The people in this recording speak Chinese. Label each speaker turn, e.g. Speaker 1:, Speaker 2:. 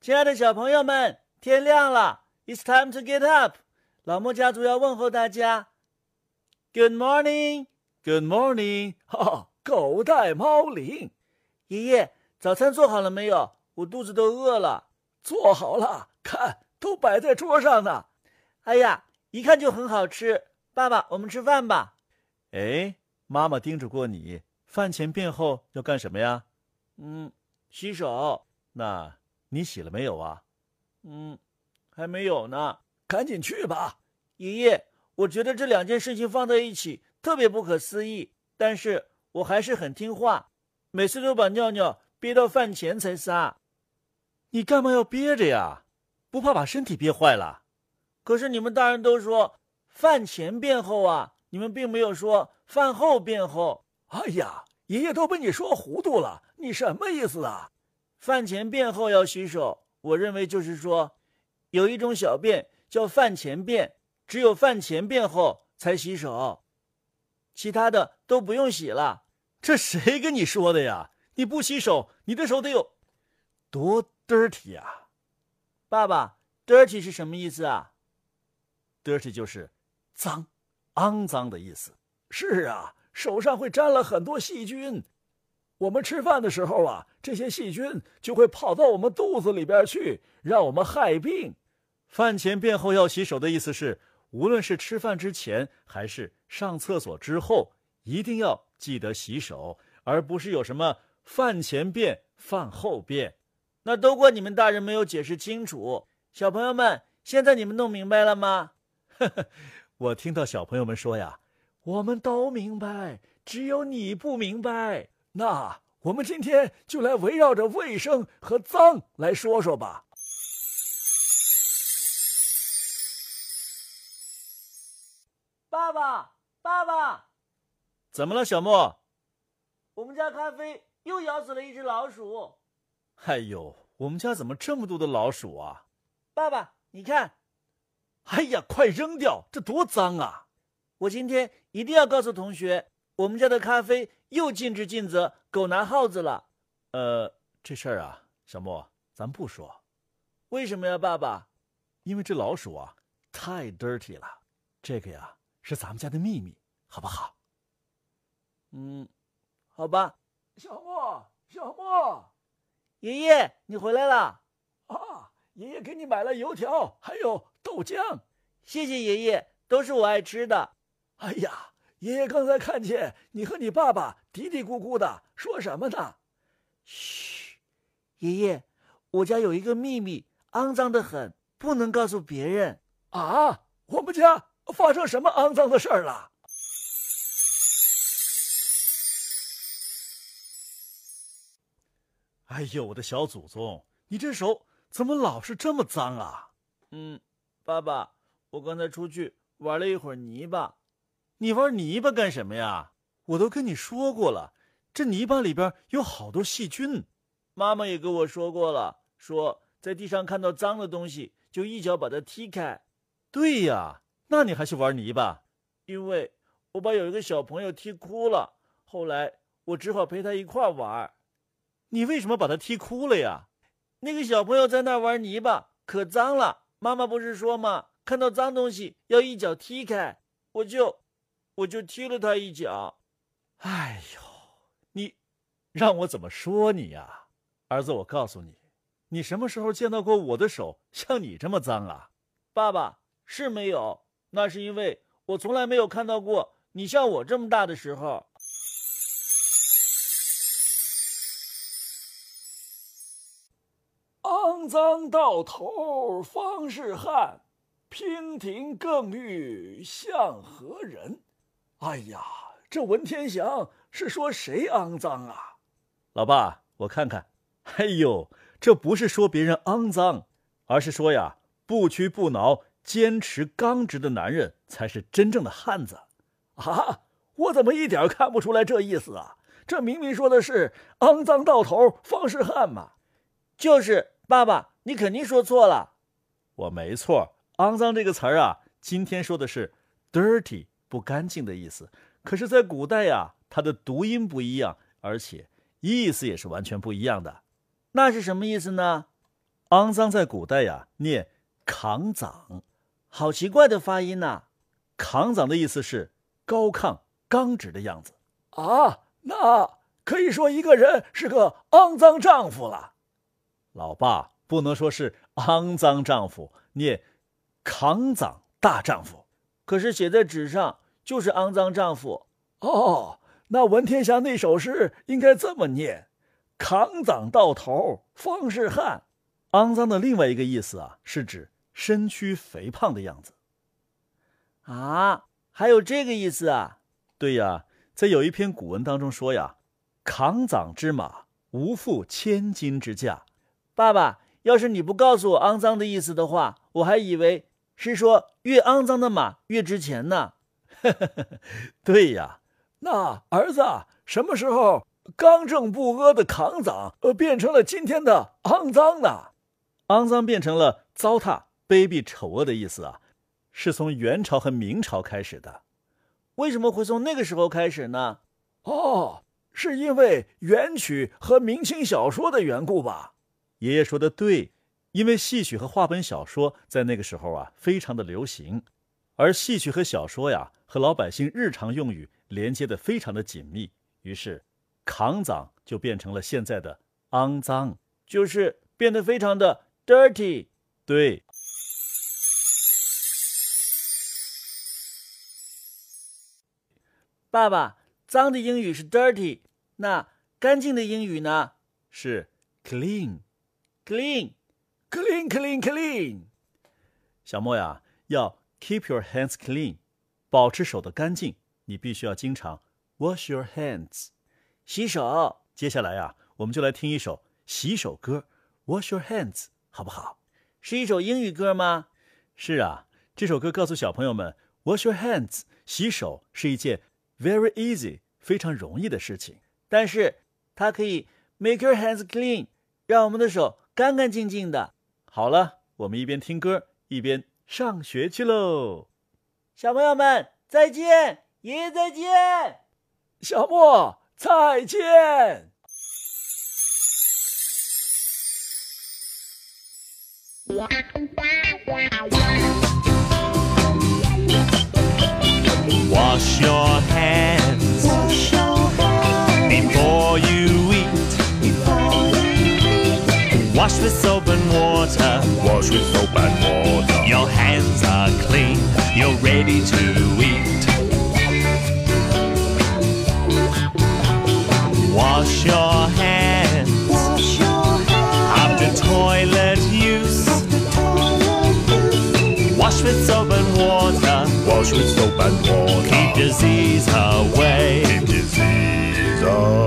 Speaker 1: 亲爱的小朋友们，天亮了，It's time to get up。老莫家族要问候大家，Good morning，Good morning。哈，狗带猫铃。爷爷，早餐做好了没有？我肚子都饿了。
Speaker 2: 做好了，看，都摆在桌上呢。
Speaker 1: 哎呀，一看就很好吃。爸爸，我们吃饭吧。哎，妈妈叮嘱过你，饭前便后要干什么呀？嗯，洗手。那你洗了没有啊？嗯，还没有呢。
Speaker 2: 赶紧去吧。
Speaker 1: 爷爷，我觉得这两件事情放在一起特别不可思议，但是我还是很听话，每次都把尿尿憋到饭前才撒。你干嘛要憋着呀？不怕把身体憋坏了？可是你们大人都说饭前便后啊，你们并没有说饭后便后。
Speaker 2: 哎呀，爷爷都被你说糊涂了，你什么意思啊？
Speaker 1: 饭前便后要洗手，我认为就是说，有一种小便叫饭前便，只有饭前便后才洗手，其他的都不用洗了。这谁跟你说的呀？你不洗手，你的手得有
Speaker 2: 多 dirty 啊！
Speaker 1: 爸爸，dirty 是什么意思啊？dirty 就是脏、肮脏的意思。
Speaker 2: 是啊，手上会沾了很多细菌。我们吃饭的时候啊，这些细菌就会跑到我们肚子里边去，让我们害病。
Speaker 1: 饭前便后要洗手的意思是，无论是吃饭之前还是上厕所之后，一定要记得洗手，而不是有什么饭前便、饭后便。那都怪你们大人没有解释清楚。小朋友们，现在你们弄明白了吗？ 我听到小朋友们说呀，我们都明白，只有你不明白。
Speaker 2: 那我们今天就来围绕着卫生和脏来说说吧。
Speaker 1: 爸爸，爸爸，怎么了，小莫？我们家咖啡又咬死了一只老鼠。哎呦，我们家怎么这么多的老鼠啊？爸爸，你看，哎呀，快扔掉，这多脏啊！我今天一定要告诉同学，我们家的咖啡又尽职尽责，狗拿耗子了。呃，这事儿啊，小莫，咱不说。为什么呀，爸爸？因为这老鼠啊，太 dirty 了。这个呀，是咱们家的秘密，好不好？嗯，好吧。
Speaker 2: 小莫，小莫
Speaker 1: 爷爷，你回来了，
Speaker 2: 啊，爷爷给你买了油条，还有豆浆。
Speaker 1: 谢谢爷爷，都是我爱吃的。
Speaker 2: 哎呀，爷爷刚才看见你和你爸爸嘀嘀咕咕的，说什么呢？
Speaker 1: 嘘，爷爷，我家有一个秘密，肮脏的很，不能告诉别人。
Speaker 2: 啊，我们家发生什么肮脏的事儿了？
Speaker 1: 哎呦，我的小祖宗，你这手怎么老是这么脏啊？嗯，爸爸，我刚才出去玩了一会儿泥巴。你玩泥巴干什么呀？我都跟你说过了，这泥巴里边有好多细菌。妈妈也跟我说过了，说在地上看到脏的东西就一脚把它踢开。对呀，那你还去玩泥巴？因为我把有一个小朋友踢哭了，后来我只好陪他一块儿玩儿。你为什么把他踢哭了呀？那个小朋友在那玩泥巴，可脏了。妈妈不是说吗？看到脏东西要一脚踢开，我就，我就踢了他一脚。哎呦，你，让我怎么说你呀、儿子，我告诉你，你什么时候见到过我的手像你这么脏啊？爸爸是没有，那是因为我从来没有看到过你像我这么大的时候。
Speaker 2: 肮脏到头方是汉，娉婷更欲向何人？哎呀，这文天祥是说谁肮脏啊？
Speaker 1: 老爸，我看看。哎呦，这不是说别人肮脏，而是说呀，不屈不挠、坚持刚直的男人才是真正的汉子。
Speaker 2: 啊，我怎么一点儿看不出来这意思啊？这明明说的是肮脏到头方是汉嘛。
Speaker 1: 就是爸爸，你肯定说错了。我没错，“肮脏”这个词儿啊，今天说的是 “dirty” 不干净的意思。可是，在古代呀、它的读音不一样，而且意思也是完全不一样的。那是什么意思呢？肮脏在古代呀念“扛脏”，好奇怪的发音呐、“扛脏”的意思是高亢、刚直的样子。
Speaker 2: 啊，那可以说一个人是个肮脏丈夫了。
Speaker 1: 老爸不能说是肮脏丈夫，念“扛脏大丈夫”，可是写在纸上就是肮脏丈夫。
Speaker 2: 哦，那文天祥那首诗应该这么念：“扛脏到头方是汉。
Speaker 1: 肮脏的另外一个意思啊，是指身躯肥胖的样子。啊，还有这个意思啊？对呀，在有一篇古文当中说呀，“扛掌之马，无负千斤之驾。”爸爸，要是你不告诉我肮脏的意思的话，我还以为是说越肮脏的马越值 钱呢。对呀，
Speaker 2: 那儿子啊，什么时候刚正不阿的扛脏，呃，变成了今天的肮脏呢？
Speaker 1: 肮脏变成了糟蹋、卑鄙、丑恶的意思啊，是从元朝和明朝开始的。为什么会从那个时候开始呢？
Speaker 2: 哦，是因为元曲和明清小说的缘故吧？
Speaker 1: 爷爷说的对，因为戏曲和话本小说在那个时候啊非常的流行，而戏曲和小说呀和老百姓日常用语连接的非常的紧密，于是“扛脏”就变成了现在的“肮脏”，就是变得非常的 dirty。对，爸爸，脏的英语是 dirty，那干净的英语呢？是 clean。clean。
Speaker 2: clean clean clean。
Speaker 1: 小莫呀，要 keep your hands clean，保持手的干净。你必须要经常 wash your hands，洗手。接下来呀，我们就来听一首洗手歌，wash your hands，好不好？是一首英语歌吗？是啊，这首歌告诉小朋友们，wash your hands，洗手是一件 very easy，非常容易的事情。但是它可以 make your hands clean，让我们的手干干净净的。好了，我们一边听歌一边上学去喽。小朋友们再见，爷爷再见。
Speaker 2: 小莫，再见。
Speaker 3: Wash your hands
Speaker 4: Wash your hands
Speaker 3: before you eat.
Speaker 4: before you eat.
Speaker 3: Wash with soap and water. Wash with soap and water. Your hands are clean. You're ready to eat. Wash your hands
Speaker 4: Wash your hands
Speaker 3: after toilet use.
Speaker 4: after toilet use.
Speaker 3: Wash with soap and water.
Speaker 5: Wash with soap and water.
Speaker 3: Keep disease Oh. away.
Speaker 5: disease away.